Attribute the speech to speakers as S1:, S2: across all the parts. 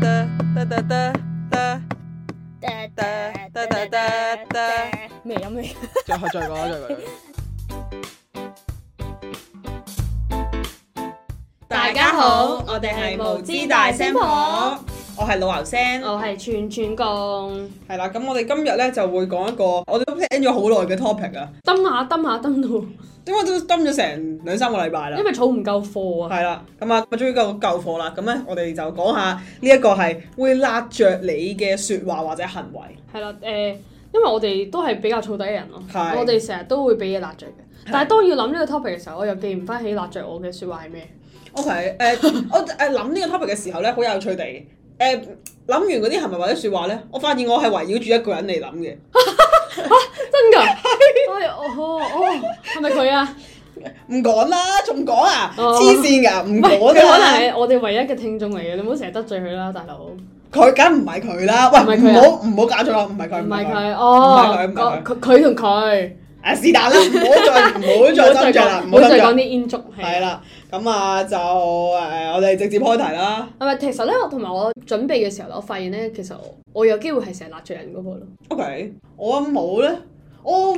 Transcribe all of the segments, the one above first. S1: 得得得得，
S2: 噠
S1: 噠噠噠噠噠
S2: 咩音嚟？
S1: 再再講啦，再講啦。
S3: 大家好，我哋係無知大聲婆，我係老牛聲，
S2: 我係串串共，
S1: 係啦，咁我哋今日咧就會講一個我哋都 plan 咗好耐嘅 topic 啊，
S2: 蹲下蹲下蹲到，
S1: 因為都蹲咗成兩三個禮拜啦
S2: 因。為儲唔夠貨啊！
S1: 係啦，咁啊，我終於夠夠貨啦。咁咧，我哋就講下呢一個係會辣着你嘅説話或者行為。
S2: 係啦，誒、因為我哋都係比較燥底嘅人咯，
S1: 係
S2: 我哋成日都會俾嘢辣着嘅。但係當要諗呢個 topic 嘅時候，我又記唔翻起辣着我嘅説話係咩。
S1: OK，誒、 我誒諗呢個 topic 嘅時候咧，好有趣地，誒、諗完嗰啲行為或者説話咧，我發現我係圍繞住一個人嚟諗嘅。
S2: 真㗎？哎哦哦，係咪佢啊？
S1: 唔講啦，仲講啊，
S2: 哦
S1: 黐線㗎，唔
S2: 唔係，
S1: 講
S2: 佢可能
S1: 啦。
S2: 係我哋唯一嘅聽眾嚟嘅，你唔好成日得罪佢啦，大佬。唔
S1: 佢梗唔係佢啦，
S2: 唔
S1: 喂，
S2: 係
S1: 唔
S2: 佢啊
S1: 好唔好搞錯啦，唔係佢，唔係
S2: 係
S1: 佢，啊
S2: 佢，哦，
S1: 唔係佢唔係佢
S2: 佢佢同佢。
S1: 啊是但啦，唔好 再唔好
S2: 唔好
S1: 再斟酌啦，
S2: 講
S1: 唔
S2: 唔
S1: 好
S2: 好
S1: 斟
S2: 再講
S1: 酌。
S2: 啲煙燭
S1: 係
S2: 係啦。
S1: 啦，咁啊就誒，呃我哋直接開題啦。
S2: 係咪？其實咧，我同埋我準備嘅時候咧，我發現咧，其實我我有機會係成日辣着人嗰個咯。
S1: OK，我冇咧，我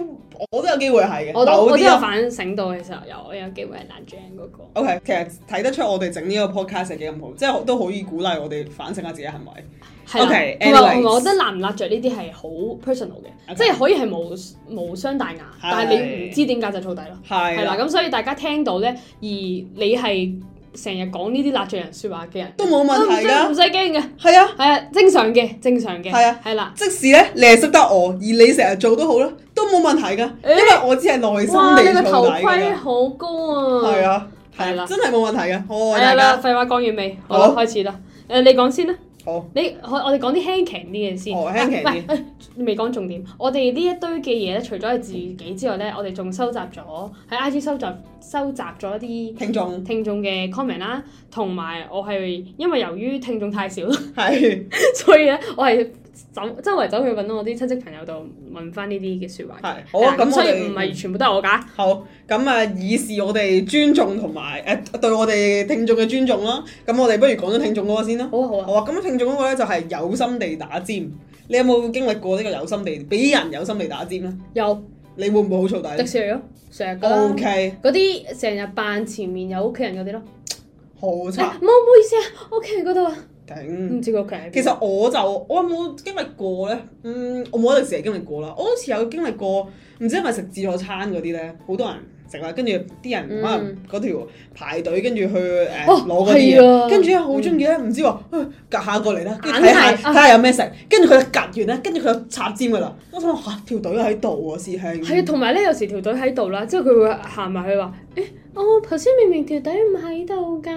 S1: 我都有機會係嘅，
S2: 我都
S1: 某
S2: 我都
S1: 啲
S2: 有
S1: 啊。
S2: 反省到嘅時候，有我有機會係辣着人嗰個。
S1: OK，其實睇得出我哋整呢個 podcast 係幾咁好，即係都可以鼓勵我哋反省下自己行為。
S2: 係啦
S1: OK，
S2: 同
S1: anyways
S2: 埋同埋我覺得辣唔辣着呢啲係好 personal 嘅，
S1: OK
S2: 即係可以係無無傷大雅，但係你唔
S1: 係
S2: 知點解就燥底咯。
S1: 係
S2: 係啦，
S1: 啦，
S2: 咁所以大家聽到咧，而你係成日講呢啲辣着人説話嘅人，
S1: 都冇問題
S2: 唔
S1: 㗎。
S2: 使驚嘅，
S1: 係啊，
S2: 係啊，正常嘅，正常嘅，
S1: 係啊，
S2: 係啦。
S1: 即使咧你係識得我，而你成日做都好啦，都冇問題㗎，因為我只係內心
S2: 哇！你
S1: 地
S2: 個頭
S1: 燥底
S2: 盔
S1: 㗎。
S2: 好高啊！
S1: 係啊，
S2: 係啦
S1: 真係冇問題嘅。我愛
S2: 係
S1: 大
S2: 啦，
S1: 家
S2: 廢話講完未？好
S1: 好
S2: 啦，開始啦。誒，你講先啦。
S1: 好。
S2: 你我我哋講啲輕強啲嘅先。啊
S1: 哦輕強啲
S2: 唔係 你未講重點。我哋呢一堆嘅嘢咧，除咗係自己之外咧，我哋仲收集咗喺 IG 收集收集咗一
S1: 聽眾
S2: 啲聽眾嘅 comment 啦，同埋我係因為由於聽眾太少，
S1: 係
S2: 所以咧我係走周圍走去揾我啲親戚朋友度問翻呢啲嘅説話嘅。
S1: 係好
S2: 係
S1: 啊
S2: 啦
S1: 咁
S2: 咁所
S1: 我
S2: 以
S1: 哋
S2: 唔係全部都係我㗎。
S1: 好咁啊，以示我哋尊重同埋誒對我哋聽眾嘅尊重啦。咁我哋不如講咗聽眾嗰個先啦。
S2: 好啊好啊
S1: 好。啊，咁聽眾嗰個咧就係有心地打尖。你有冇經歷過呢個有心地俾人有心地打尖咧？
S2: 有
S1: 你會唔會好燥
S2: 迪
S1: 底
S2: 士尼咯，成日㗎啦。
S1: ？O K，
S2: 嗰啲成日扮前面有屋企人嗰啲咯，
S1: 好
S2: 誒唔好
S1: 差
S2: 唔好意思啊，屋企人嗰度啊，
S1: 頂。
S2: 唔知佢屋企人喺邊
S1: 嗯其實我就我有冇經歷過咧？嗯，我冇一段時間經歷過啦。我好似有經歷過，唔知係咪食自助餐嗰啲咧，好多人食啦，跟住啲人可能
S2: 嗯
S1: 嗰條排隊，跟住去誒
S2: 哦
S1: 攞嗰啲
S2: 係
S1: 嘢，
S2: 啊
S1: 跟住咧好中意咧，唔知話唉夾下過嚟啦，跟住
S2: 硬
S1: 睇下
S2: 係啊
S1: 睇下有咩食，跟住佢就夾完咧，跟住佢就插尖噶啦。我想話嚇條隊喺度啊，師兄。
S2: 係啊，同埋咧有時條隊喺度啦，之後佢會行埋去話，誒、我頭先明明條隊唔喺度㗎，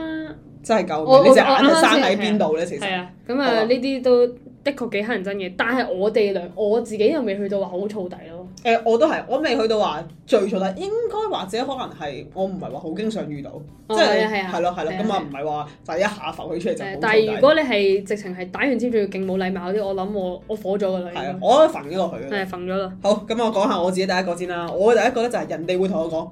S1: 真係救
S2: 我我
S1: 命！你隻眼
S2: 我啱啱
S1: 係生喺
S2: 先
S1: 邊度咧？其實
S2: 係啊，咁
S1: 好啊
S2: 啊呢啲都的確幾乞人憎嘅，但係我哋兩我自己又未去到話好燥底咯，
S1: 誒、我都係，我未去到話最錯，但應該或者可能係我唔係話好經常遇到，即
S2: 係啊係
S1: 係
S2: 啊
S1: 係咯係咯，
S2: 係啊
S1: 咁啊
S2: 係啊
S1: 唔係話就一下浮佢出嚟就
S2: 誒
S1: 冇
S2: 但係如
S1: 燥底
S2: 果你係直情係打完尖仲要勁冇禮貌嗰啲，我諗我我火咗㗎啦，
S1: 係啊
S2: 應，
S1: 我都憤咗落去
S2: 該
S1: 嘅。
S2: 嗯係憤咗啦，
S1: 好，咁我講下我自己第一個先啦。我第一個咧就係人哋會同我講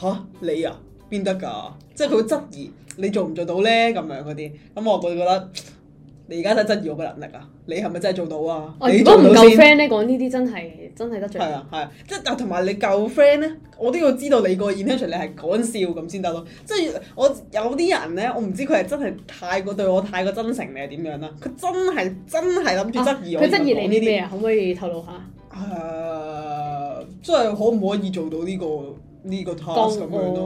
S1: 吓你啊邊得㗎，即係佢會質疑你做唔做到咧咁樣嗰啲，咁我會覺得你而家真係質疑我嘅能力啊，你係咪真係做到啊？
S2: 哦
S1: 你
S2: 如果
S1: 做
S2: 唔
S1: 唔到
S2: 夠
S1: 先。
S2: friend 咧，講呢啲真係真係得罪
S1: 係
S2: 人。
S1: 啊，係啊，即係但同埋你夠 friend 咧，我都要知道你個 intention 你係講笑咁先得咯。即係我有啲人咧，我唔知佢係真係太過對我太過真誠定係點樣啦。佢真係真係諗住質疑我，
S2: 啊佢質疑你
S1: 呢
S2: 啲咩啊？可唔可以透露下？
S1: 誒，啊即係可唔可以做到呢個呢個
S2: 當
S1: task 咁樣咯？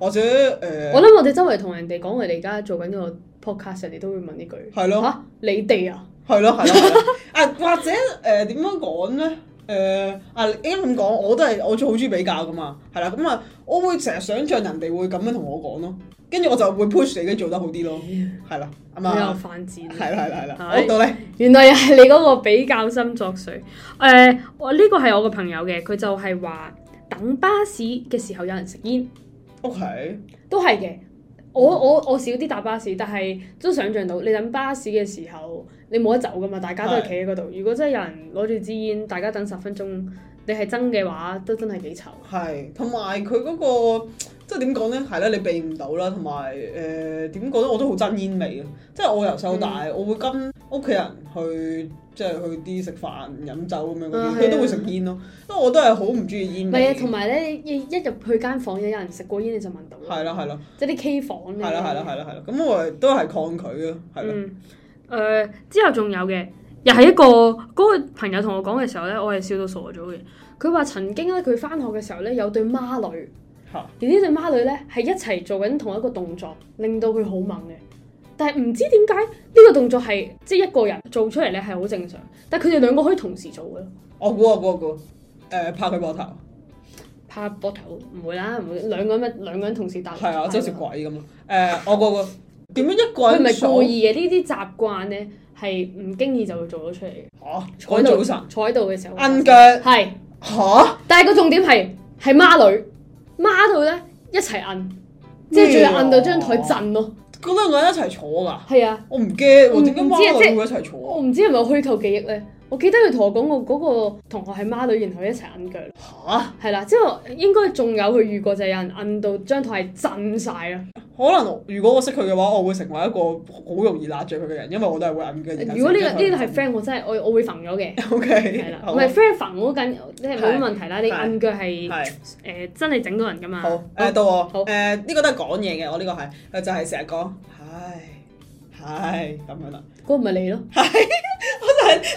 S2: 我
S1: 或者呃誒，
S2: 我諗我哋周圍同人哋講我哋而家做緊個 podcast，人哋都會問呢句。
S1: 係咯
S2: 嚇你哋啊？
S1: 係咯係咯係咯 啊，或者誒點樣講咧？誒、啊，應該咁講，我都係我好中意比較噶嘛，係啦，咁啊，我會成日想像人哋會咁樣同我講咯，跟住我就會 push 你，跟住做得好啲咯，係啦，啱
S2: 你又
S1: 啊，
S2: 犯賤。
S1: 係啦係啦係啦，
S2: 係
S1: 我到咧，
S2: 原來又係你嗰個比較心作祟。誒、我呢個係我個朋友嘅，佢就係話等巴士嘅時候有人食煙，
S1: OK，
S2: 都係嘅。我
S1: 嗯
S2: 我我少啲搭巴士，但係都想像到你等巴士嘅時候，你冇得走噶嘛，大家都係企喺嗰度。如果真係有人攞住支煙，大家等十分鐘，你係真嘅話，都真係幾醜。
S1: 係，同埋佢嗰個即係點講咧？係啦，你避唔到啦，同埋誒點講咧？我都好憎煙味嘅，啊即係我由細到大，
S2: 嗯
S1: 我會跟屋企人去即係去啲食飯飲酒咁樣嗰
S2: 啊
S1: 啲，
S2: 係啊
S1: 佢都會食煙咯。因為我都係好唔中意
S2: 唔
S1: 煙
S2: 係啊，
S1: 味。
S2: 同埋咧，一一入去間房，有人食過煙你就聞到啦。
S1: 係啦係啦
S2: 即係啲 K 房咧。
S1: 係啦係啦係啦係啦，咁我都係抗拒嘅，係啦。
S2: 嗯，誒、之後仲有嘅，又係一個嗰、個朋友同我講嘅時候咧，我係笑到傻咗嘅。佢話曾經咧，佢翻學嘅時候咧，有對孖女，
S1: 嚇
S2: 而呢對孖女咧係一齊做緊同一個動作，令到佢好猛嘅。但係唔知點解呢個動作係即係一個人做出嚟咧係好正常，但係佢哋兩個可以同時做嘅咯。
S1: 我估我啊估我估，誒拍佢膊頭，
S2: 拍膊頭唔會啦，唔會兩個人咪兩個人同時打。
S1: 係啊，即係好似
S2: 拍膊頭
S1: 鬼咁咯。誒我估我估點樣一個
S2: 佢唔
S1: 人
S2: 係故
S1: 坐
S2: 意嘅，呢啲習慣咧係唔經意就會做咗出嚟嘅。
S1: 嚇
S2: 坐
S1: 趕
S2: 喺
S1: 早
S2: 度
S1: 晨，
S2: 坐喺度嘅時候，
S1: 摁腳
S2: 係。
S1: 嚇，
S2: 但係個重點係係孖女，孖到咧一齊摁，即係仲要摁到張台震咯。
S1: 嗰兩個人一齊坐㗎。
S2: 係啊，
S1: 我唔驚
S2: 唔
S1: 喎，點解
S2: 唔知啊
S1: 孖
S2: 即係
S1: 女會一齊
S2: 我
S1: 坐
S2: 唔知係咪我虛構記憶咧。我記得佢同我講過嗰個同學係孖女，然後一齊摁腳，
S1: 啊？
S2: 係啦。之後應該仲有佢遇過就係有人摁到張台係震晒啦。
S1: 嚇！可能如果我識佢嘅話，我會成為一個好容易揦住佢嘅人，因為我都係會揞嘅。
S2: 如果呢個呢個 係 friend，我真係我我會揈咗嘅，
S1: O
S2: 係
S1: K，
S2: 啦，
S1: 嗯好啊
S2: 唔係 friend 揈好緊，即係冇乜問題啦。你
S1: 係
S2: 摁腳係
S1: 係
S2: 誒真係整到人㗎嘛？
S1: 好誒，到我
S2: 啊好
S1: 誒呢個都係講嘢嘅，我呢個係誒就係成日講唉唉咁樣啦。
S2: 嗰個咪你咯，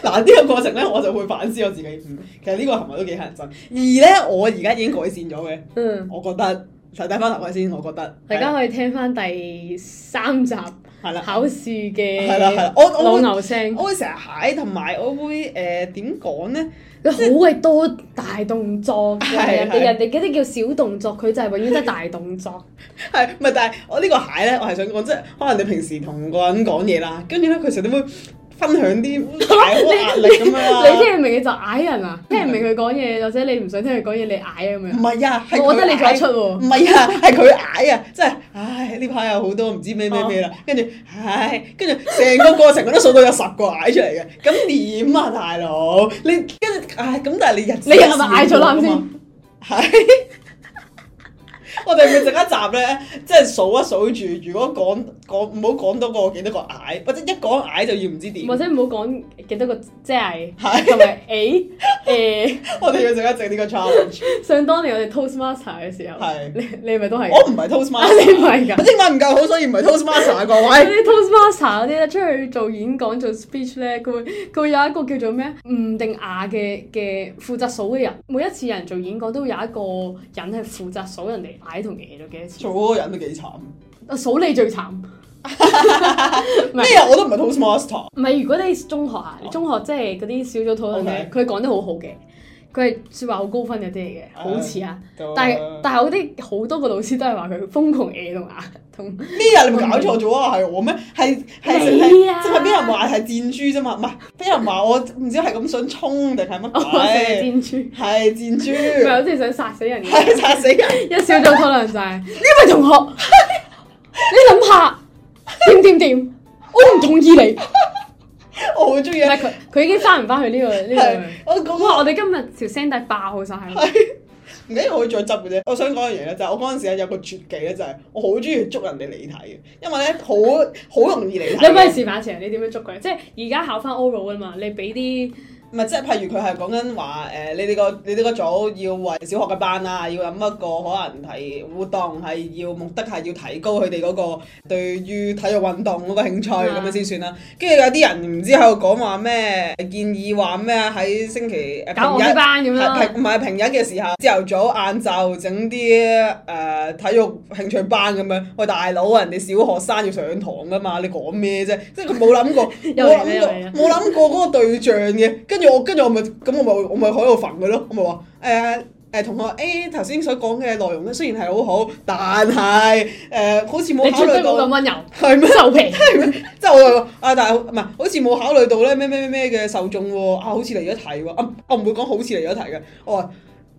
S1: 嗱呢個過程咧，我就會反思我自己。嗯，其實呢個行為都幾乞人憎。而咧，我而家已經改善咗嘅，
S2: 嗯，
S1: 我覺得睇戴翻頭盔先，我覺得
S2: 大家
S1: 係啦啊
S2: 可以聽翻第三集。
S1: 係啦
S2: 考試嘅
S1: 係啦係啦，我我
S2: 老
S1: 會
S2: 牛聲，
S1: 我會成日蟹，同埋
S2: 嗯
S1: 我會誒點講咧？
S2: 佢好鬼多大動作嘅，
S1: 係
S2: 人
S1: 係
S2: 哋人哋嗰啲叫小動作，佢就係永遠都係大動 作。
S1: 啊係，唔係？但係我呢個蟹咧，我係想講，即係可能你平時同個人講嘢啦，跟住咧佢成日都會分享 啲大好壓力咁樣啦。
S2: 你聽唔明你就嗌人啊，聽唔明佢講嘢，或者你唔想聽佢講嘢，你嗌啊咁
S1: 唔
S2: 樣。
S1: 係啊，係
S2: 我覺得你
S1: 佢
S2: 做得
S1: 嗌
S2: 出喎。
S1: 唔係 啊，係佢嗌啊，即係唉呢排有好多唔知咩
S2: 哦
S1: 咩咩啦，跟住唉，跟住成個過程我都數到有十個嗌出嚟嘅，咁點啊大佬？你跟住唉咁，但係你日
S2: 你係咪嗌咗啦
S1: 啱
S2: 啱先？
S1: 啊係。 我哋會整一集咧，即係數一數住，如果講講唔好講多過幾多個嗌，或者一講嗌就要唔知點。
S2: 或者唔好講幾多個即係，
S1: 係
S2: 同埋誒誒，
S1: 我哋要整一整呢個 challenge。
S2: 想當年我哋 Toastmaster 嘅時候，
S1: 係
S2: 你你係咪都係㗎？
S1: 我唔係
S2: 啊 你唔
S1: Toastmaster，
S2: 係㗎？
S1: 我英文唔夠好，所以唔係 Toastmaster 啊各
S2: 嗰
S1: 位。
S2: 啲 Toastmaster 嗰啲咧，出去做演講做 speech 咧，佢會佢會有一個叫做咩唔定雅嘅嘅負責數嘅人，每一次有人做演講都會有一個人係負責數人哋嗌同贏咗幾多次。
S1: 做嗰個人都幾慘，
S2: 我數你最慘，唔
S1: 咩
S2: 係
S1: 啊？我都唔係 Toastmaster。
S2: 唔係？如果你中學啊，中學即係嗰啲小組討論咧，佢講得好好嘅，佢係説話好高分嗰啲嚟嘅，好似啊，
S1: 哦
S2: 但係但係嗰啲好多個老師都係話佢瘋狂嘢同牙同
S1: 咩啊？你唔搞錯咗啊？係我咩？係係淨
S2: 你
S1: 係
S2: 啊
S1: 淨係俾人話係箭豬啫嘛，唔係俾人話我唔知係咁想衝定係乜
S2: 我成日啊
S1: 鬼？
S2: 煎豬，
S1: 係箭
S2: 佢
S1: 豬，
S2: 好似想殺死人 嘅。
S1: 係殺死人。
S2: 一小組討論就係呢位同學， 你諗下點點點，我唔同 意你。
S1: 我好中意啊。
S2: 但係佢佢已經翻唔翻去呢個呢
S1: 係
S2: 個。
S1: 我講
S2: 哇！
S1: 話
S2: 我哋今日條聲帶爆啊好晒，
S1: 唔緊要，我會再執嘅啫。我想講嘅嘢咧，就係我嗰陣時咧啊有個絕技咧，就係我好中意捉人哋離題嘅，因為咧好好容易離題
S2: 你可唔可以
S1: 嘅。
S2: 示範一次啊你點樣捉佢？即係而家考翻 oral 啊嘛，你俾啲
S1: 唔係即係譬如佢係講緊話誒，你哋個你哋個組要為小學嘅班啦，要諗一個可能係活動係要目的係要提高佢哋嗰個對於體育運動嗰個興趣
S2: 啊
S1: 咁樣先算啦。跟住有啲人唔知喺度講話咩建議話咩喺星期誒
S2: 搞我
S1: 平
S2: 啲
S1: 日
S2: 班咁樣啊啦
S1: 係平唔係平日嘅時候，朝頭早晏晝整啲誒體育興趣班咁樣。喂，大佬啊，人哋小學生要上堂噶嘛，你講咩啫？即係佢冇諗過，
S2: 又
S1: 冇
S2: 嚟啦又嚟啦啊
S1: 諗過，冇諗過嗰個對象嘅。跟住我，跟住我咪咁，我咪我咪喺度煩佢咯。我咪話誒。誒同學 A 頭先所講嘅內容咧，雖然係好好，但係誒、好似冇
S2: 你
S1: 考慮
S2: 絕對冇咁
S1: 到
S2: 温柔，
S1: 係咩？
S2: 收皮。
S1: 即係我又啊，但係唔係好似冇考慮到咧咩咩咩咩嘅受眾喎啊，好似嚟咗題喎，啊我唔會講好似嚟咗題嘅，我話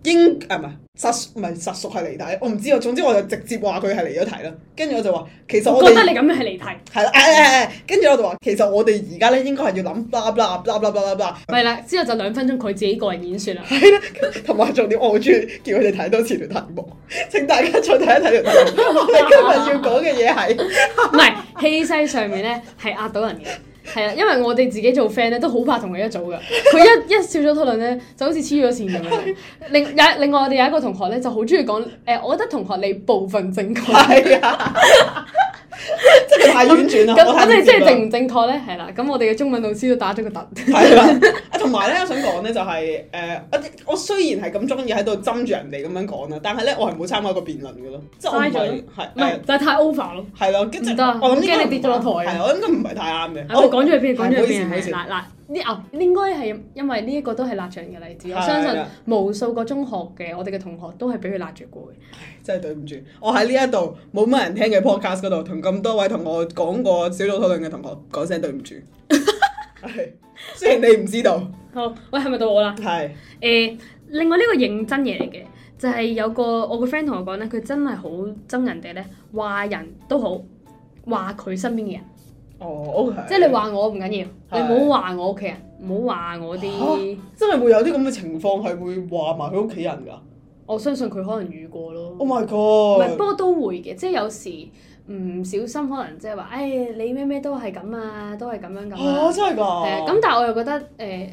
S1: 英誒唔係實唔係實屬係離題，我唔知啊。總之我就直接話佢係離咗題啦。跟住我就話其實我
S2: 我覺得
S1: 哋
S2: 你咁樣係離題。
S1: 係啦，誒哎誒誒，跟住我就話其實我哋而家咧應該係要諗 blah blah blah blah blah blah
S2: 咪啦，之後就兩分鐘佢自己個人演説啦。
S1: blah，同埋重點我好中意叫佢哋睇多次條題目， 請大家再睇一睇條題目。我哋今日要講嘅嘢係
S2: 唔係氣勢上面咧係壓到人嘅。係啊，因為我哋自己做 friend 咧都好怕同佢一組噶，佢一 一小組討論咧就好似黐咗線 咁樣。另有另外我哋有一個同學咧就好中意講誒，我覺得同學你部分正確，
S1: 係啊，即係佢太婉轉啦。
S2: 咁
S1: 我太
S2: 咁你即
S1: 婉轉
S2: 係
S1: 啦
S2: 正唔正確咧？係啦，咁我哋嘅中文老師都打咗個突。
S1: 係啦，啊同埋咧，我想講咧就係、誒、我我雖然係咁中意喺度針住人哋咁樣講啦，但係咧我係冇參加過辯論嘅咯，即係我唔
S2: 嘥咗
S1: 係係
S2: 唔
S1: 誒
S2: 係就係太 over 咯。
S1: 係咯，跟住
S2: 唔得啊
S1: 我諗應該
S2: 驚你跌咗落台啊
S1: 係我應該唔係太啱嘅。
S2: 我講咗去邊？講咗去
S1: 哦係唔
S2: 邊？
S1: 好意思
S2: 係嗱嗱呢啊，應該係因為呢一個都係辣著人嘅例子。我相
S1: 係
S2: 信
S1: 啦
S2: 無數個中學嘅我哋嘅同學都係俾佢辣著過嘅。
S1: 真係對唔住，我喺呢一度冇乜人聽嘅 podcast 嗰度，同咁多位同我講過小組討論嘅同學講聲對唔住。 係，雖然你唔知道，
S2: 好，喂，係咪到我啦？
S1: 係
S2: 誒、另外呢個認真嘢嚟嘅，就係、有個我個 friend 同我講咧，佢真係好憎人哋咧話人都好，話佢身邊嘅人，
S1: 哦，OK，
S2: 即係你話我唔緊要，
S1: 係
S2: 你唔好話我屋企人，唔好話我啲
S1: 嚇，真係會有啲咁嘅情況係會話埋佢屋企人㗎。
S2: 我相信佢可能遇過咯。
S1: Oh
S2: 唔
S1: my
S2: 係，不
S1: god！
S2: 過都會嘅，即係有時唔小心可能即係話，誒、哎你咩咩都係咁啊，都係咁樣咁
S1: 嚇，
S2: 啊，
S1: 真係㗎。
S2: 係啊咁但係我又覺得誒、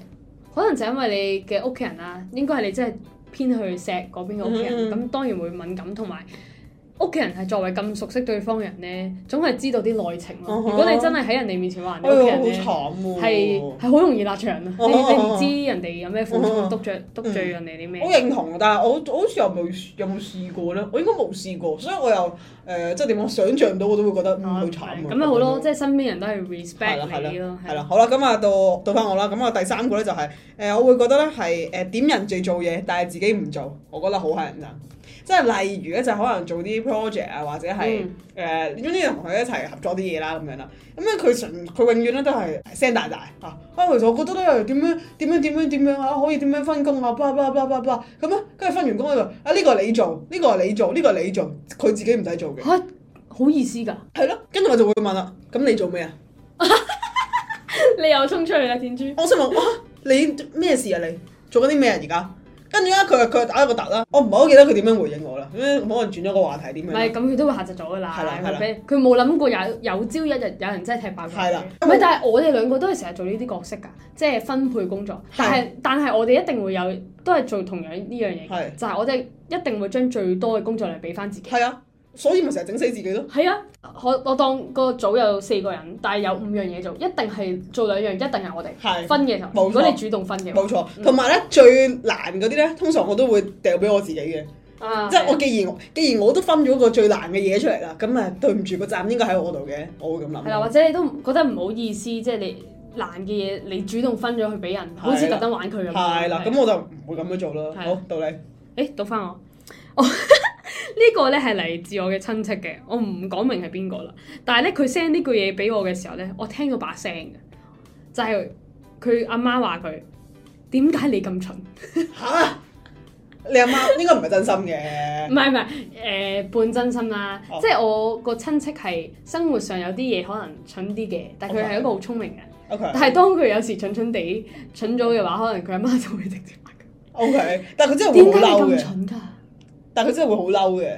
S2: 可能就因為你嘅屋企人啦，應該係你真係偏去錫嗰邊嘅屋企人，
S1: 嗯
S2: 咁、當然會敏感，同埋屋企人係作為咁熟悉對方嘅人咧，總係知道啲內情咯。
S1: 嗯哼
S2: 如果你真係喺人哋面前話人
S1: 哎
S2: 哋屋企
S1: 呀，
S2: 人咧，
S1: 好慘
S2: 係
S1: 喎！
S2: 係好容易立場啊！你
S1: 嗯哼嗯哼
S2: 你唔知人哋有咩苦
S1: 嗯
S2: 衷，
S1: 哼
S2: 督著督
S1: 嗯
S2: 罪人哋啲咩
S1: 我？認同，但係我我好似又冇有冇試過咧？我應該冇試過，所以我又誒、呃即係點講？想像到我都會覺得嗯
S2: 啊
S1: 好慘啊！
S2: 係咁咪好咯，
S1: 樣
S2: 即係身邊人都係
S1: 係啦係
S2: respect 你咯，
S1: 係啦
S2: 係啦，，
S1: 好啦，咁啊到到翻我啦，咁啊第三個咧就係、呃我會覺得咧係誒點人哋做嘢，但係自己唔做，我覺得好乞人憎。即係例如咧，就可能做啲 project 啊，或者係
S2: 嗯
S1: 誒，總之同佢一齊合作啲嘢啦，咁樣啦。咁咧佢純佢永遠咧都係聲大大啊！啊，其實我覺得咧點樣點樣點樣點樣啊，可以點樣分工啊，blah blah blah blah blah 咁咧，跟住分完工喺度啊，呢個你做，呢個你做，呢個你做，佢自己唔使做嘅，
S2: 嚇好意思㗎，
S1: 係咯。跟住我就會問啦，咁你做咩啊？
S2: 你又衝出去啦，天珠。
S1: 我心諗哇，你咩事啊你？做緊啲咩啊而家？跟住咧，佢佢打咗個突啦，我唔係好記得佢點樣回應我啦。咁樣可能轉咗個話題點
S2: 唔
S1: 樣啦
S2: 係，？咁佢都會下窒咗噶啦。
S1: 啊係啦係啦
S2: 俾佢冇諗過有有朝一日有人真係踢啊爆佢。
S1: 係啦
S2: 唔係，但係我哋兩個都係成日做呢啲角色㗎，即係分配工作。
S1: 係
S2: 但係但係我哋一定會有都係做同樣呢樣嘢
S1: 係
S2: 嘅，就係我哋一定會將最多嘅工作量俾翻自己。
S1: 係啊，所以咪成日整死自己咯。
S2: 係啊，我我當個組有四個人，但係有五樣嘢做，一定係做兩樣，一定係我哋
S1: 係，
S2: 分嘅時候。
S1: 冇錯
S2: 如果你主動分嘅話，嗯
S1: 冇錯。同埋咧，最難嗰啲咧，通常我都會掉俾我自己嘅。
S2: 啊
S1: 即係我既然既然我都分咗個最難嘅嘢出嚟啦，咁啊對唔住個站應該喺我度嘅，我會咁諗。
S2: 啊係啦，或者你都唔覺得唔好意思，即係你難嘅嘢你主動分咗去俾人，好似特登玩佢咁樣。
S1: 係啦，咁我就唔會咁樣做啦。
S2: 啊係啊
S1: 好，到你。
S2: 誒，讀翻我， 我呢個咧係嚟自我嘅親戚嘅，我唔講明係邊個啦。但係咧，佢 send 呢句嘢俾我嘅時候咧，我聽到把聲嘅，就係佢阿媽話佢點解你咁蠢？
S1: 嚇！你阿媽應該唔係真心嘅
S2: 唔。係唔係，誒半真心啦，
S1: 哦
S2: 即係我個親戚係生活上有啲嘢可能蠢啲嘅，但係
S1: 哦
S2: 佢係一個好聰明嘅人。
S1: O K。
S2: 但係當佢有時蠢蠢地蠢咗嘅話，可能佢阿媽就會直接話佢
S1: O K，但係佢真係
S2: 點
S1: 會
S2: 解
S1: 好
S2: 你
S1: 嬲
S2: 咁
S1: 嘅，
S2: 蠢㗎？
S1: 但係佢真係會好嬲嘅，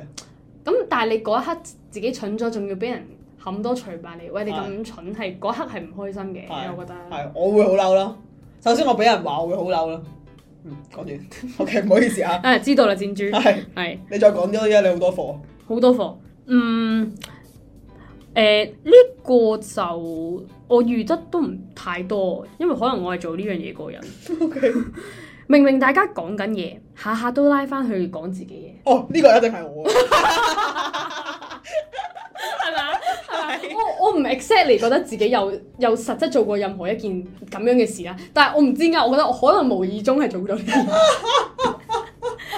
S2: 咁但係你嗰一刻自己蠢咗，仲要俾人冚多除埋你，喂你咁蠢係嗰一刻係唔開心嘅，
S1: 係啊
S2: 我覺得。
S1: 係我會好嬲啦。首先我俾人話我會好嬲啦。嗯，講完 O K，唔好意思啊。
S2: 啊，知道啦，箭豬
S1: 係
S2: 係
S1: 你再講多啲啊，你好多課。
S2: 好多課。嗯，誒、呢、個就我遇得都唔太多，因為可能我係做呢樣嘢 個人。
S1: O K，
S2: 明明大家講緊嘢，下下都拉翻去講自己嘢。
S1: 哦，呢個一定係 我啊。
S2: 係咪啊係咪啊？我我唔 exactly 覺得自己有有實質做過任何一件咁樣嘅事啦，但係我唔知點解，我覺得我可能無意中係做咗呢件事，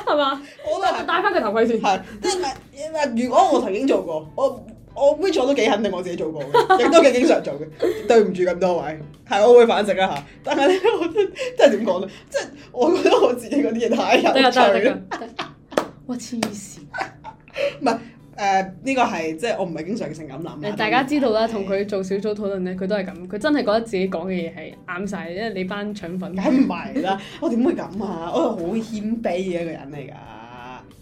S2: 係嘛？
S1: 我都
S2: 我
S1: 係
S2: 戴翻個頭盔先。
S1: 係，即係如果我曾經做過，我我 which 我都幾肯定我自己做過嘅，亦 都幾經常做嘅。對唔住咁多位，係我會反省一下。但係咧，我真真係點講咧？即係我覺得我自己嗰啲嘢太
S2: 得
S1: 有
S2: 啦
S1: 趣
S2: 得啦得
S1: 啦。
S2: 啦得啦，哇黐線！
S1: 誒呢個係即係我唔係經常性咁諗啦。
S2: 誒大家知道啦，同佢做小組討論咧，佢都係咁，佢真係覺得自己講嘅嘢係啱晒，因為你班腸粉
S1: 梗。唔係啦， 我點會咁啊？我係好謙卑嘅一個人嚟㗎。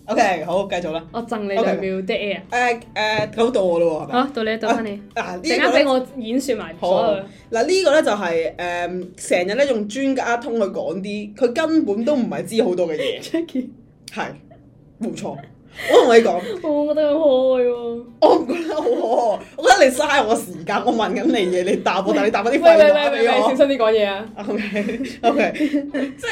S1: OK，好，繼續啦。
S2: 我贈你兩秒 dead air。
S1: 誒誒，咁到我咯喎，係咪？
S2: 好，到你，到翻你。
S1: 嗱
S2: 哦
S1: 呢
S2: 陣間
S1: 個
S2: 俾
S1: 咧，
S2: 我啊演説埋所有。
S1: 嗱呢個咧就係誒成日咧用專家通去講啲，佢根本都唔係知好多嘅嘢。
S2: Jackie，
S1: 係，冇錯。我同你講，
S2: 我覺得好可愛喎。
S1: 我唔覺得好可愛，我覺得你嘥我時間。我問緊你嘢，你答我，但係你答嗰啲
S2: 喂
S1: 廢
S2: 喂
S1: 話
S2: 喂
S1: 俾
S2: 喂喂，
S1: 我
S2: 小。心啲講嘢啊！
S1: O K O K，即係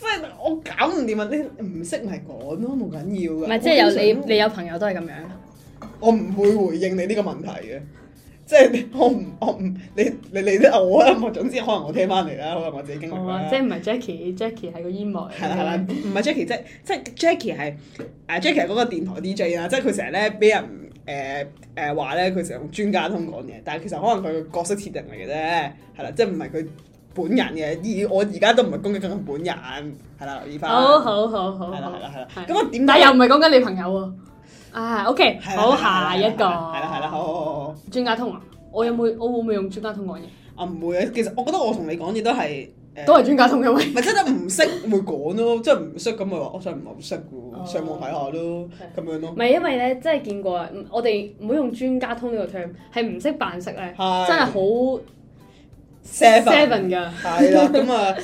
S1: 即係我搞唔掂啊！你唔識咪講咯，冇緊要
S2: 唔
S1: 嘅。
S2: 係，即係有
S1: 我通
S2: 你，
S1: 常
S2: 你有朋友都係咁樣。
S1: 我唔會回應你呢個問題嘅。即係我唔我唔你你你都我啊！我總之可能我聽翻嚟啦，可能我自己經歷
S2: 哦
S1: 啦，。
S2: 即係唔係 Jackie，Jackie 係個煙幕嚟
S1: 係啦係啦
S2: 嘅。，
S1: 唔係 Jackie，即係即係 Jackie 係誒 Jackie 係嗰個電台 DJ 啦，即係佢成日咧俾人誒誒話咧，佢成日用專家通講嘢，但係其實可能佢個角色設定嚟嘅啫，係啦，即係唔係佢本人嘅，而我而家都唔係攻擊緊佢本人，係啦，留意翻。
S2: 好好好好。
S1: 係啦係
S2: 好
S1: 啦係啦，
S2: 係
S1: 咁我點
S2: 但
S1: 解
S2: 又唔係講緊你朋友喎。啊，OK，
S1: 係啦
S2: 好，
S1: 係啦
S2: 下一個。
S1: 係啦係啦，好好好好。
S2: 專家通啊！我有冇我會唔會用專家通講嘢？
S1: 我唔會啊，其實我覺得我同你講嘢都係誒，
S2: 都係專家通嘅喂。
S1: 咪真係唔識會講咯，即係唔識咁咪話我想唔係好識
S2: 哦
S1: 嘅，上網睇下咯，咁樣
S2: 唔
S1: 咯，
S2: 係因為咧，真係見過啊！我哋唔好用專家通呢個 term，係唔識扮識咧，
S1: 係
S2: 真係好
S1: seven
S2: seven 㗎。
S1: 係 啦，咁啊，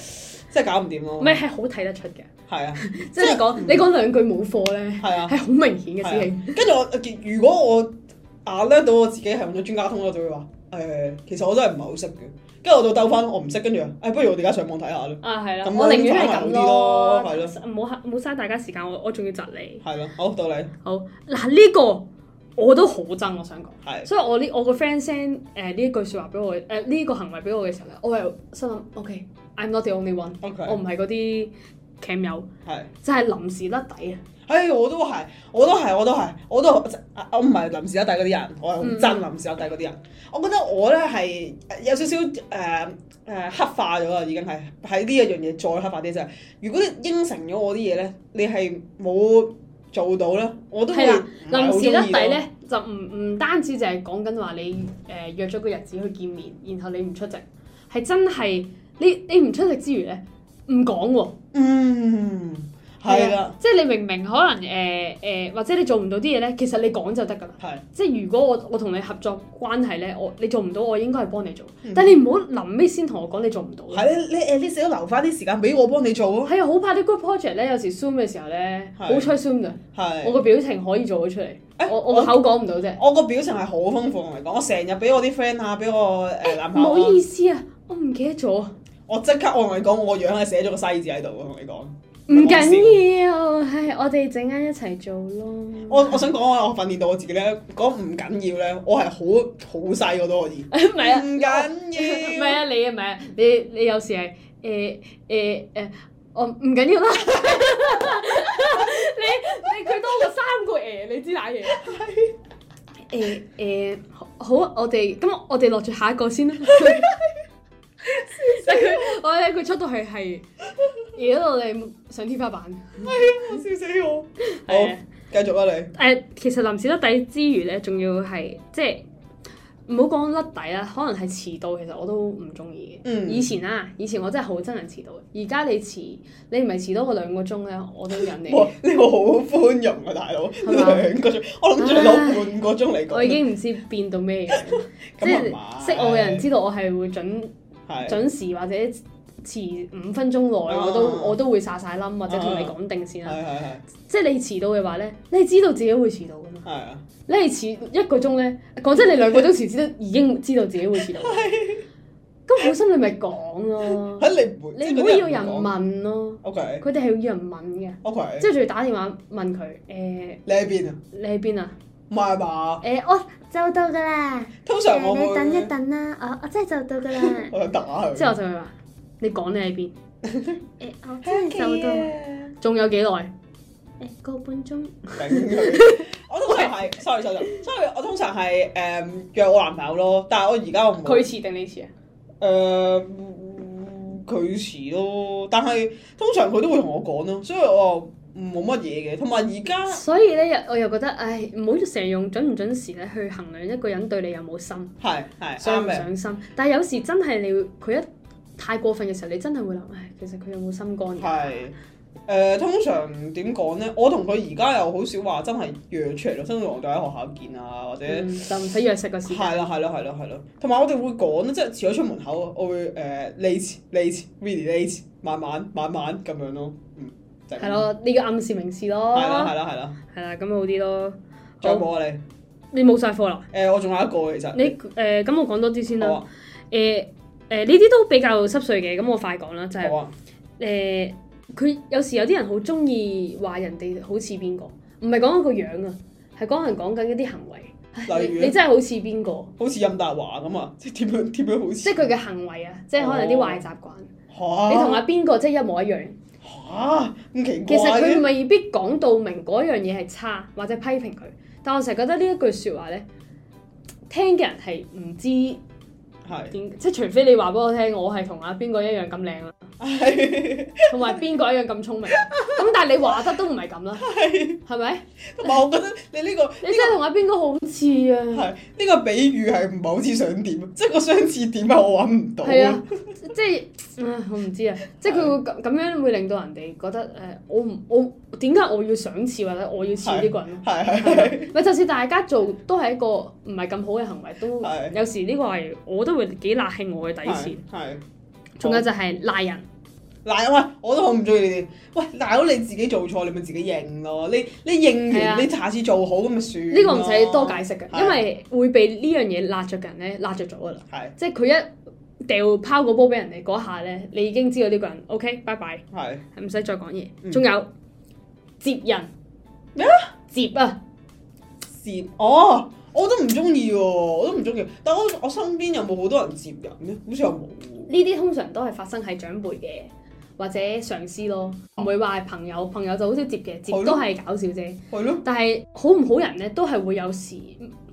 S1: 即係搞唔掂咯，
S2: 唔係係好睇得出嘅，
S1: 係啊，
S2: 即係你講你講兩句冇貨咧，
S1: 係啊，
S2: 係好明顯嘅
S1: 係啊
S2: 師兄。
S1: 跟住我，如果我啊叻到我自己係用咗專家通，我就會話誒，其實我都係唔係好識嘅，跟住我就兜翻我唔識，跟住誒，不如我哋而家上網睇下咯，
S2: 啊，係啦，
S1: 咁
S2: 我寧願係
S1: 反而好
S2: 咁
S1: 啲咯，
S2: 咯
S1: 係咯
S2: 唔好唔好嘥大家時間，我我仲要窒你。
S1: 係咯，好到你，
S2: 好嗱，呢個我都好憎，我想講。
S1: 係
S2: 所以我呢我個 friend send 誒呢一句説話俾我，誒呢個行為俾我嘅時候咧，我係心諗，OK，I'm not the only one，
S1: OK，
S2: 我唔係嗰啲 cam 友，
S1: 係。
S2: 就係臨時甩底啊！
S1: 唉，哎我都係，我都係，我都係，我都啊我唔係臨時一底嗰啲人，我係好
S2: 嗯
S1: 憎臨時一底嗰啲人。我覺得我咧係呃有少少誒誒黑化咗啊啦，已經係喺呢一樣嘢再黑化啲就係，如果你應承咗我啲嘢咧，你係冇做到咧，我都會
S2: 係啦，
S1: 唔係好
S2: 臨時甩
S1: 鍾意啊咯
S2: 底咧就唔唔單止就係講緊話你誒、呃、約咗個日子去見面，然後你唔出席，係真係你你唔出席之餘咧唔講喎。
S1: 嗯，係
S2: 係啊
S1: 啦，
S2: 即係你明明可能誒誒、呃呃或者你做唔到啲嘢咧，其實你講就得㗎啦。
S1: 係。
S2: 即係如果我我同你合作關係咧，我你做唔到，我應該係幫你做。
S1: 嗯
S2: 但你唔好臨尾先同我講你做唔到。
S1: 係你你誒，你成日留翻啲時間俾我幫你做咯。
S2: 係啊，好怕啲 group project 咧，有時 zoom 嘅時候咧，
S1: 係
S2: 好彩 zoom 㗎，
S1: 係。
S2: 我個表情可以做到出嚟，
S1: 誒
S2: 我我個口講唔到啫。
S1: 我個表情係好豐富，同你講，我成日俾我啲 friend 啊，俾我誒男
S2: 唔
S1: 朋友
S2: 好
S1: 啊。
S2: 意思啊，我唔記得咗，唔
S1: 我即刻我同你講，我個樣係寫咗個西字喺度，我同你講。要。
S2: 緊要，係我哋陣間一齊做咯。
S1: 我我想講啊，我訓練到我自己咧，講唔緊要咧，我係好好細個都可以。
S2: 唔係啊，
S1: 唔
S2: 唔
S1: 緊
S2: 係
S1: 要。
S2: 啊，你啊，唔係啊，你你有時係誒誒誒，我唔緊要啦。 你你佢多過三個誒，你知嗱嘢。誒誒，好，啊，我哋咁我哋落住下一個先啦。但係 佢我咧，佢出到去係嘢到你上天花板。
S1: 我笑死我。
S2: 係啊
S1: 好，繼續啊你。
S2: 誒、其實臨時甩底之餘咧，仲要係即係唔好講甩底啦，可能係遲到，其實我都唔中意嘅。
S1: 嗯
S2: 以前啊，以前我真係好憎人遲到嘅。而家你遲，你唔係遲多過兩個鐘咧，我都忍 你。
S1: 哇！呢個好寬容啊，大佬，
S2: 嘛
S1: 兩個鐘，我諗住攞半個鐘嚟講。
S2: 我已經唔知變到咩樣， 即
S1: 咁啊唔係
S2: 係識我嘅人知道我係會準
S1: 係
S2: 準時或者遲五分鐘內，我都
S1: 啊
S2: 我都會撒晒冧或者同你
S1: 啊
S2: 講定先
S1: 係
S2: 啦。
S1: 係係
S2: 即係你遲到嘅話咧，你知道自己會遲到㗎嘛？
S1: 係啊！
S2: 你係遲一個鐘咧，講真，你兩個鐘前知道已經知道自己會遲到。咁好心你咪 講咯，
S1: 喺你唔會
S2: 你唔好要人。問咯，
S1: O K
S2: 佢哋係要人問嘅，
S1: O K，
S2: 即係仲要打電話問佢，誒
S1: 你喺邊啊？
S2: 你喺邊啊？
S1: 唔係吧？
S2: 誒我就到㗎啦，
S1: 通常我會
S2: 等啦，我我真係就到㗎啦。
S1: 我想打佢。
S2: 之後我就會話你講你喺邊？誒我
S1: 喺屋企啊
S2: 仲有幾耐？誒個半鐘。
S1: 頂佢！我都
S2: 喂
S1: 想係，sorry sorry，所以我通常係誒約我男朋友咯，但係我而家我唔
S2: 佢遲定你遲啊？
S1: 誒嗯佢遲咯，但係通常佢都會同我講咯，所以我又冇乜嘢嘅。同埋而家
S2: 所以咧，我又覺得，唉，唔好成日用準唔準時咧去衡量一個人對你有冇心，
S1: 係係
S2: 上
S1: 啱
S2: 唔
S1: 嘅，
S2: 上心。但係有時真係你會佢一太過分嘅時候，你真係會諗，唉，其實佢有冇心肝㗎？
S1: 係誒、通常點講咧？我同佢而家又好少話真係約出嚟咯，通常我哋喺學校見啊，或者。
S2: 嗯就唔使約食個時間。
S1: 係啦，係啦，係啦，係啦。同埋我哋會講即係遲咗出門口，我會誒 late late really late，慢慢慢慢咁樣咯。嗯，就係咁
S2: 係。咯，呢個暗示明示咯，
S1: 係啦，
S2: 係
S1: 係啦，係啦。
S2: 啦，咁好啲咯。
S1: 仲有
S2: 好，
S1: 冇啊你？
S2: 你冇晒課啦。
S1: 誒，我仲有一個其實。
S2: 你誒咁，我講多啲先
S1: 好
S2: 啦
S1: 啊。
S2: 誒誒，呢啲都比較濕碎嘅，咁我快講啦，就係
S1: 好啊。
S2: 誒，佢有時有啲人好中意話人哋好似邊個，唔係講緊個樣啊，係講人講緊一啲行為。唉
S1: 例如
S2: 你
S1: 咧
S2: 你真係好似邊個？
S1: 好似任達華咁啊，即 係點樣點樣好似。
S2: 即係佢嘅行為啊，即係可能啲壞習慣，
S1: 嚇
S2: 你同阿邊個即係一模一樣。
S1: 嚇咁奇怪
S2: 其實佢
S1: 嘅。
S2: 未必講到明嗰樣嘢係差或者批評佢，但我成日覺得呢一句説話咧，聽嘅人係唔知
S1: 係
S2: 點，即係除非你話俾我聽，我係同阿邊個一樣咁靚啦，
S1: 係，
S2: 同埋邊個一樣咁聰明，咁但係你話得都唔係咁啦，係咪？
S1: 同埋我覺得你呢個
S2: 你真係同阿邊個好似啊？
S1: 係呢個比喻係唔係好似想點？即係個相似點係我揾唔到。
S2: 係啊，，即係唉我唔知啊，即係佢會咁咁樣會令到人哋覺得誒、我唔我點解我要想似或者我要似呢個人咯？
S1: 係係係。
S2: 咪就算大家做都係一個唔係咁好嘅行為，都
S1: 係
S2: 有時呢個係我都會幾辣興我嘅底線。
S1: 係。
S2: 啊
S1: 哦
S2: 仲有就係賴人，
S1: 嗱，喂，我都好唔中意你哋。喂，大佬你自己做錯，你咪自己認咯。你你認
S2: 係
S1: 完，
S2: 啊
S1: 你下次做好咁咪算咯。
S2: 呢個唔使多解釋嘅，
S1: 係
S2: 因為會被呢樣嘢辣着嘅人咧，辣着咗噶啦。
S1: 係。
S2: 即係佢一掉拋個波俾人哋嗰下咧，你已經知道呢個人 OK，拜拜，
S1: 係
S2: 唔使再講嘢。
S1: 嗯
S2: 仲有接人
S1: 咩
S2: 接啊，
S1: 接哦，我都唔中意喎，我都唔中意。但我我身邊有冇好多人接人咧？好似又冇喎。
S2: 呢啲通常都係發生喺長輩嘅或者上司咯，唔會話係朋友，朋友就好少接嘅，接
S1: 係咯
S2: 都係搞笑啫。
S1: 係咯。
S2: 但係好唔好人咧，都係會有時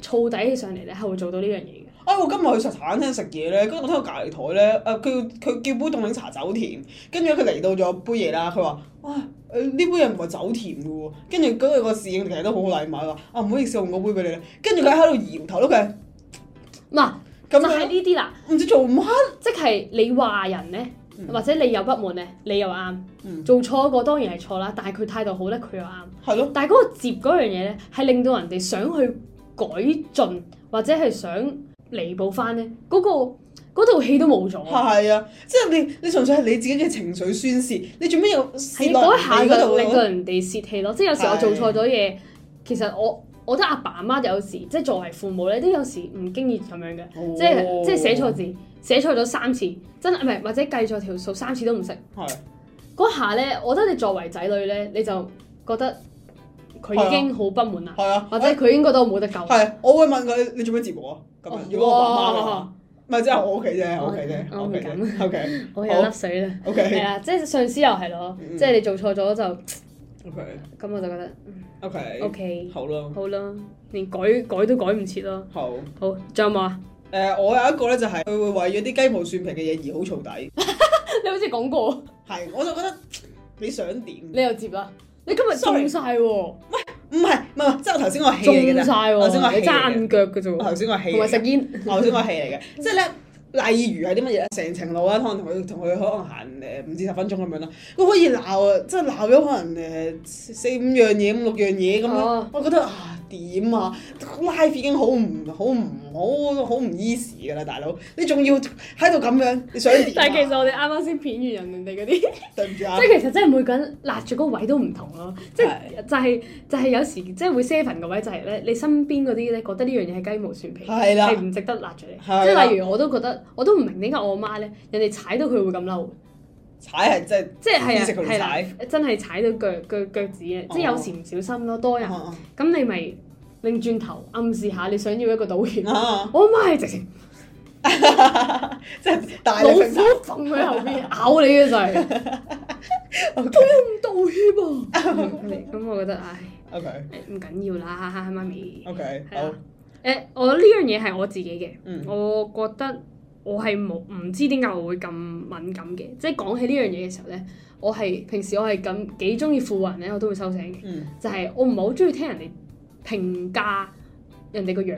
S2: 燥底起上嚟咧，係會做到呢樣嘢嘅。
S1: 哎，我今日去茶餐廳食嘢咧，跟住我聽到隔離台咧，誒佢佢叫杯凍檸茶走甜，跟住佢嚟到咗杯嘢啦，佢話：哇，誒呢杯嘢唔係走甜嘅喎。跟住嗰個個侍應其實都好好禮貌，佢話：啊唔好意思，我換個杯俾你啦。跟住佢喺度搖頭咯，佢係
S2: 嗱，就
S1: 咁
S2: 係
S1: 樣
S2: 呢啲啦，
S1: 唔知做乜。
S2: 即係你話人咧，
S1: 嗯
S2: 或者你有不滿咧，你又啱，
S1: 嗯
S2: 做錯嗰個當然係錯啦，但係佢態度好咧，佢又啱。
S1: 係咯，
S2: 但係嗰個接嗰樣嘢咧，係令到人哋想去改進，或者係想彌補翻咧，嗰、個嗰套氣都冇咗。
S1: 係啊，即係你你純粹係你自己嘅情緒宣泄，你做咩又
S2: 係
S1: 泄落
S2: 嗰一
S1: 人
S2: 下
S1: 哋嗰
S2: 就
S1: 度
S2: 令到
S1: 咧？
S2: 人哋泄氣咯。即係有時我做錯咗嘢，其實我我覺得阿爸阿媽有時即係作為父母咧，都有時唔經意咁樣嘅，
S1: 哦
S2: 即係即係寫錯字，寫錯咗三次，真係唔係或者計錯條數三次都唔識。
S1: 哦，係
S2: 嗰下咧，我覺得你作為仔女咧，你就覺得佢已經好不滿啦，
S1: 啊係啊，
S2: 或者佢已經覺得我冇得救。
S1: 係，啊我會問佢你做咩接我啊？咁
S2: 哦
S1: 樣，如果我爸媽嘅話，
S2: 哇
S1: 唔係即係我屋企啫，我屋企啫，
S2: 我
S1: 我屋企
S2: 哦我唔
S1: 啫，OK
S2: 我有粒水 啦，係
S1: OK
S2: 啊，即係上司又係咯，
S1: 嗯
S2: 即係你做錯咗就
S1: OK
S2: 咁我就覺得
S1: OK，
S2: OK
S1: 好啦，
S2: 好啦，連改改都改唔切咯。
S1: 好。
S2: 好，仲有冇啊？
S1: 誒，我有一個咧就係佢會為咗啲雞毛蒜皮嘅嘢而好燥底，
S2: 你好似講過，
S1: 係我就覺得你想點？
S2: 你又接啦。你今日
S1: Sorry
S2: 中晒喎，
S1: 唔係唔係，即係我頭先我氣
S2: 中
S1: 嚟嘅
S2: 晒
S1: 啫，頭先我
S2: 喎，
S1: 氣
S2: 你揸
S1: 嚟
S2: 硬腳嘅啫
S1: 嘅，
S2: 喎，
S1: 頭先我氣
S2: 同
S1: 嚟
S2: 埋
S1: 嘅
S2: 食。煙。
S1: 我先個戲嚟嘅，即係咧。例如係啲乜嘢咧？成程路啊啦，可能同佢同佢可能行誒五至十分鐘咁樣啦，佢可以鬧啊，即係鬧咗可能誒四四五樣嘢、五六樣嘢咁樣。
S2: 哦
S1: 我覺得啊點啊，life 已經好唔好唔好好唔 easy 㗎啦，大佬，你仲要喺度咁樣，你想點啊、
S2: 但係其實我哋啱啱先片完人哋嗰啲，即
S1: 對唔住啊，
S2: 係其實真係每個人揦住嗰個位都唔同咯，即係
S1: 係
S2: 就係就係有時即係會 seven 個位就係咧，你身邊嗰啲咧覺得呢樣嘢係雞毛蒜皮，
S1: 係啦
S2: 係唔值得揦住你。即
S1: 係啦
S2: 係例如我都覺得我都唔明點解我媽咧，人哋踩到佢會咁嬲，
S1: 踩係真係
S2: 即係係啊
S1: 邊食佢
S2: 係啦
S1: 踩，哦
S2: 真係踩到腳腳腳趾嘅，即係有時唔小心咯，多人。
S1: 啊
S2: 咁你咪擰轉頭暗示下你想要一個道歉。
S1: 啊
S2: 我媽係直情
S1: 啊，即係大
S2: 老
S1: 力
S2: 虎
S1: 揈
S2: 揈佢後邊咬 你啊嗯嘅就係，都要唔道歉啊！咁我覺得唉，
S1: OK
S2: 誒唔緊要啦，哈哈媽咪。
S1: OK，
S2: 係
S1: 好
S2: 啊，誒、我呢樣嘢係我自己嘅，
S1: 嗯
S2: 我覺得我係冇唔知點解我會咁敏感嘅，即係講起呢樣嘢嘅時候咧，我係平時我係咁幾中意附和人咧，我都會收聲嘅，
S1: 嗯，
S2: 就係、我唔係好中意聽人哋評價人哋個樣，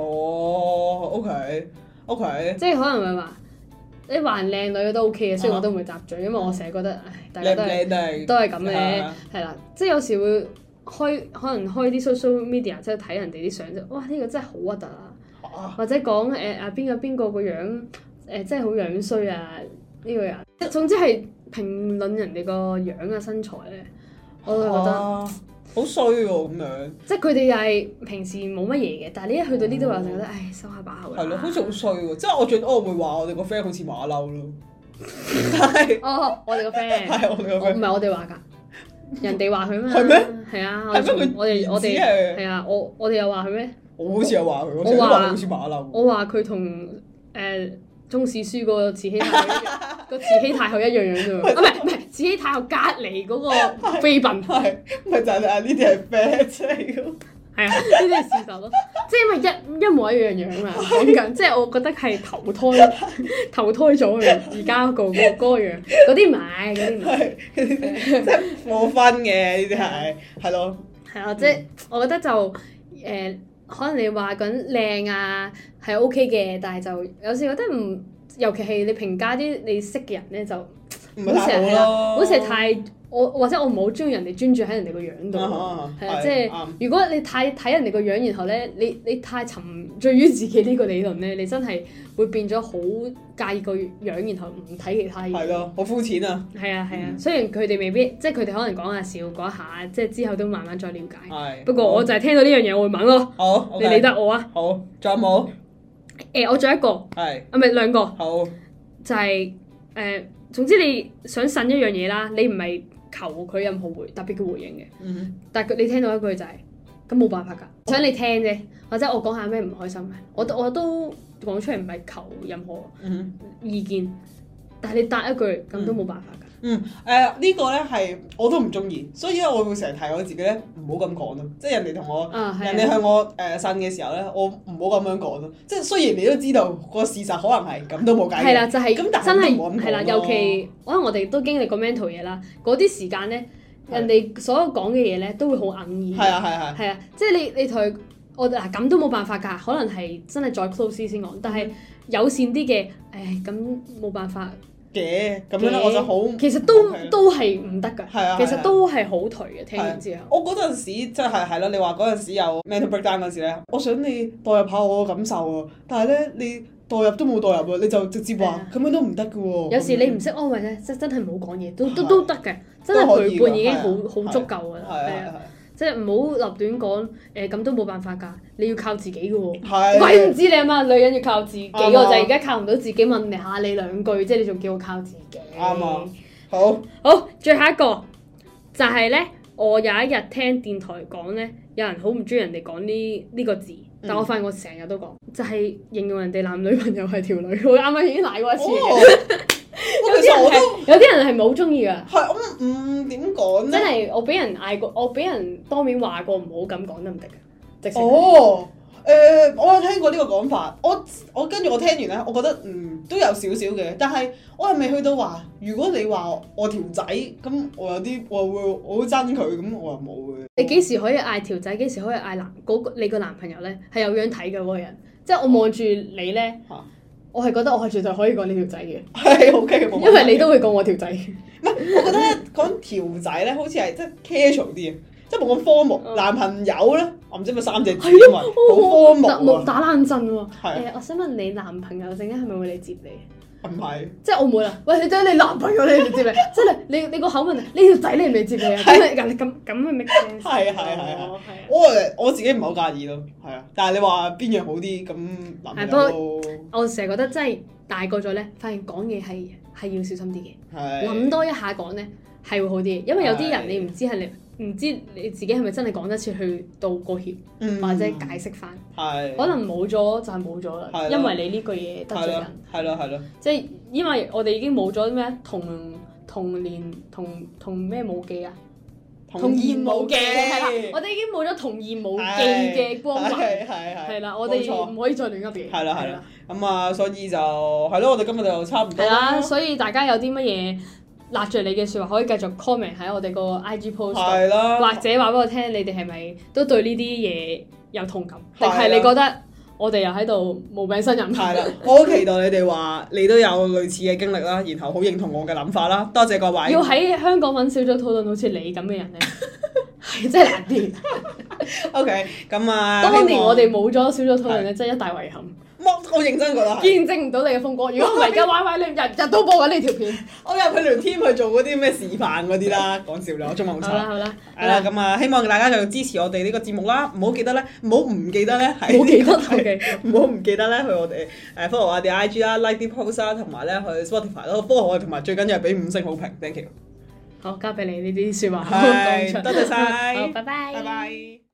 S1: 哦，OK OK，
S2: 即係可能會話你話人靚女都 OK 嘅，雖然我都唔會搭嘴，因為我成日覺得唉，大
S1: 靚
S2: 家
S1: 唔
S2: 都
S1: 靚
S2: 係
S1: 都係
S2: 都係咁嘅。
S1: 啊
S2: 係啦，即係有時會開可能開啲 social media，即係睇人哋啲相啫，哇！呢、個真係好核突啊！
S1: 啊
S2: 或者講誒啊邊個邊個個樣誒、真係好樣衰啊呢、個人，總之係評論人哋個樣啊身材咧，我就覺得、
S1: 啊好衰喎咁樣，
S2: 即係佢哋又係平時冇乜嘢嘅，但係你一去到呢度我就覺得唉收下把口啦。
S1: 嗯係咯，好似好衰喎。即係我最哦多我會話我哋個 friend 好似馬騮 咯，但係
S2: 哦，我哋個 friend，
S1: 係我哋個
S2: 我唔
S1: friend
S2: 係我哋話㗎，人哋話佢咩？
S1: 係咩？
S2: 係啊，我
S1: 係咩
S2: 哋從
S1: 佢
S2: 我哋我
S1: 只
S2: 哋
S1: 係
S2: 係啊，我我哋又話佢咩？
S1: 我好似有話佢，我
S2: 我
S1: 成日都
S2: 話
S1: 話佢好似馬騮。
S2: 我話佢同誒中史書嗰個慈禧太后一樣個慈禧太后一樣樣啫喎，啊唔係唔係慈禧太后隔離嗰個妃嬪，
S1: 係，咪就係啊？呢啲係 fact 嚟咯。
S2: 係啊，呢啲係事實咯，即係因為一一模一樣樣啊，講緊即係我覺得係投胎投胎咗嘅，而家個個嗰個樣，嗰啲唔係嗰啲唔係，
S1: 係，即係冇分嘅呢啲係，係咯，
S2: 係啊，即係我覺得就誒。可能你話緊靚啊係 OK 嘅，但係就有時覺得唔，尤其係你評價啲你識嘅人咧，就
S1: 唔
S2: 好
S1: 係太
S2: 似係
S1: 好
S2: 啦
S1: 咯。
S2: 好似係太我或者我唔係好中意人哋專注喺人哋個樣度。
S1: 啊
S2: 係啊，即係
S1: 啱
S2: 如果你太睇人哋個樣，然後咧，你你太沉醉於自己呢個理論咧，你真係會變咗好介意個樣，然後唔睇其他嘢。
S1: 係咯，好膚淺啊，
S2: 係啊係啊，
S1: 嗯
S2: 雖然佢哋未必，即係佢哋可能講下笑講下，即係之後都慢慢再了解。
S1: 係。
S2: 不過我就係聽到呢樣嘢，我會問咯，
S1: 好，
S2: 你
S1: OK
S2: 理得我啊？
S1: 好，仲有冇？
S2: 誒，我仲有一個
S1: 係，
S2: 啊，唔係兩個，
S1: 好，
S2: 就係誒，總之你想信一樣嘢啦，你唔係求佢任何回特別嘅回應嘅。
S1: 嗯，
S2: 但係佢你聽到一句就係、咁冇辦法㗎，想你聽啫，或者我講下咩唔開心嘅，我都我都講出嚟唔係求任何
S1: 嗯，
S2: 意見，但係你答一句咁都冇辦法㗎。
S1: 誒呢個咧係我都唔中意，所以咧我會成日提我自己咧唔好咁講咯，即係人哋同我。
S2: 啊，
S1: 哦人哋
S2: 係啊，
S1: 向我誒呻嘅時候咧，我唔好咁樣講咯。即係雖然你都知道個事實可能係咁都冇解
S2: 係啦，
S1: 決，
S2: 就係、
S1: 咁但係
S2: 真
S1: 都冇咁
S2: 係
S1: 講
S2: 係啦，
S1: 咯
S2: 尤其可能我哋都經歷過 mental 嘢啦，嗰啲時間咧，人哋所有講嘅嘢咧都會好哽
S1: 係
S2: 耳，
S1: 啊係啊
S2: 係啊，即係你你同佢我嗱咁都冇辦法㗎，可能係真係再 close 啲先講，但係
S1: 嗯
S2: 友善啲嘅，誒咁冇辦法，
S1: 嘅咁樣咧，
S2: 嘅
S1: 我就好
S2: 其實都
S1: OK
S2: 都係唔得㗎。
S1: 啊係啊，
S2: 其
S1: 係
S2: 實
S1: 啊
S2: 都係好頹嘅，聽完之後。
S1: 我嗰陣時即係係咯，你話嗰陣時有 mental breakdown 嗰陣時咧，我想你代入下我嘅感受啊，但係咧你代入都冇代入啊，你就直接
S2: 係
S1: 話
S2: 啊
S1: 咁樣都唔得嘅喎。
S2: 有時
S1: 咁樣
S2: 你唔識安慰咧，真真係冇講嘢，都都
S1: 係
S2: 都得嘅，真
S1: 都
S2: 係
S1: 可以
S2: 陪伴已經
S1: 㗎
S2: 好
S1: 係啊
S2: 好足夠㗎
S1: 係
S2: 啦。
S1: 啊
S2: 係啊，
S1: 係啊
S2: 即係唔好立亂講誒，咁都冇辦法㗎，你要靠自己㗎喎。
S1: 係啊
S2: 鬼唔知你阿媽，女人要靠自己，我
S1: 啱啊
S2: 就係而家靠唔到自己，問你下你兩句，即係你仲叫我靠自己。
S1: 啱啊好
S2: 好，最後一個就係咧，我有一日聽電台講咧，有人好唔中意人哋講呢呢個字，
S1: 嗯
S2: 但我發現我成日都講，就係、形容人哋男女朋友係條女，我啱啱已經賴過一次
S1: 哦
S2: 嘅。
S1: 我其實我都
S2: 有啲人係冇中意噶，
S1: 係我唔點講
S2: 真
S1: 咧？
S2: 係我俾人嗌過，我俾人當面話過唔好咁講得唔得噶？直情
S1: 哦。誒、我有聽過呢個講法，我我跟住我聽完咧，我覺得嗯都有少少嘅，但係我係未去到話，如果你話我條仔咁，我有啲我會我好憎佢咁，我又冇嘅。
S2: 你幾時可以嗌條仔？幾時可以嗌男嗰個你個男朋友咧？係有樣睇嘅嗰個人，即係我望住你咧
S1: 嚇，
S2: 我係覺得我係絕對可以講你條仔嘅，
S1: 係 OK 嘅，冇問題
S2: 因為你都會講我條仔。
S1: 我覺得咧講條仔咧，好似係即係 casual 啲嘅，即係冇咁科目。
S2: 嗯哦
S1: 男朋友咧，我唔知咪三隻字啊嘛，好科目
S2: 打冇
S1: 喎。
S2: 打冷震喎。
S1: 係啊
S2: 誒，我想問你男朋友陣間係咪會嚟接你？
S1: 唔係？
S2: 即係我妹啦，喂，你睇你男朋友嚟唔嚟接你？ 即係你你你個口問你條仔嚟唔嚟接你啊？咁你咁咁係 make sense？
S1: 係係係係
S2: 哦係啊
S1: 我誒我自己唔係好介意咯，係啊。但係你話邊樣好啲咁男朋友咯
S2: 我成日覺得真係大個咗咧，發現講嘢係係要小心啲嘅，諗
S1: 係
S2: 多一下講咧係會好啲，因為有啲
S1: 係
S2: 人你唔知係你唔知你自己係咪真係講得切去道個歉
S1: 嗯
S2: 或者解釋翻，
S1: 係
S2: 可能冇咗就係冇咗
S1: 係啦，
S2: 啦因為你呢句嘢得
S1: 係
S2: 罪
S1: 咯
S2: 人，
S1: 係咯係咯
S2: 即係因為我哋已經冇咗咩同同年同同咩冇記啊，童言無忌係啦，
S1: 係
S2: 我哋已經冇咗童言無忌嘅光環，
S1: 係係係
S2: 係啦，我哋
S1: 冇錯
S2: 唔可以再亂噏嘢，
S1: 係啦係啦，咁啊，所以就係咯，我哋今日就差唔多
S2: 係啦，
S1: 啦。
S2: 所以大家有啲乜嘢揦住你嘅説話，可以繼續 comment 喺我哋個 IG post 度，
S1: 係啦，
S2: 或者話俾我聽，你哋係咪都對呢啲嘢有同感，
S1: 係
S2: 定
S1: 啦
S2: 係你覺得我哋又喺度無病呻吟？
S1: 係啦，我好期待你哋話你都有類似嘅經歷啦，然後好認同我嘅諗法啦。多謝各位，
S2: 要喺香港揾小組討論好似你咁嘅 人咧，係真係難啲。
S1: OK，咁啊，
S2: 當年
S1: 希望
S2: 我哋冇咗小組討論咧，真係一大遺憾，
S1: 我我認真覺得係，
S2: 見證唔到你嘅風光。如果唔係而家 Y Y 你日日都播緊呢條片。
S1: 我入去聯 team 去做嗰啲咩示範嗰啲啦，講笑啦，我中文好
S2: 好啦
S1: 差。
S2: 好啦，
S1: 係啦，咁啊，希望大家就支持我哋呢個節目啦，唔好記得咧，唔好唔記得咧，係
S2: 冇 記得
S1: 係
S2: OK。
S1: 唔好唔記得咧去我哋誒 follow 我哋 IG 啦，like 啲 post 啦，同埋咧去 Spotify 咯，follow 我哋，同埋最緊要係俾五星好評，thank you，
S2: 好，交俾你呢啲説話，
S1: 係
S2: 講出
S1: 多謝晒
S2: 好，拜拜，
S1: 拜拜。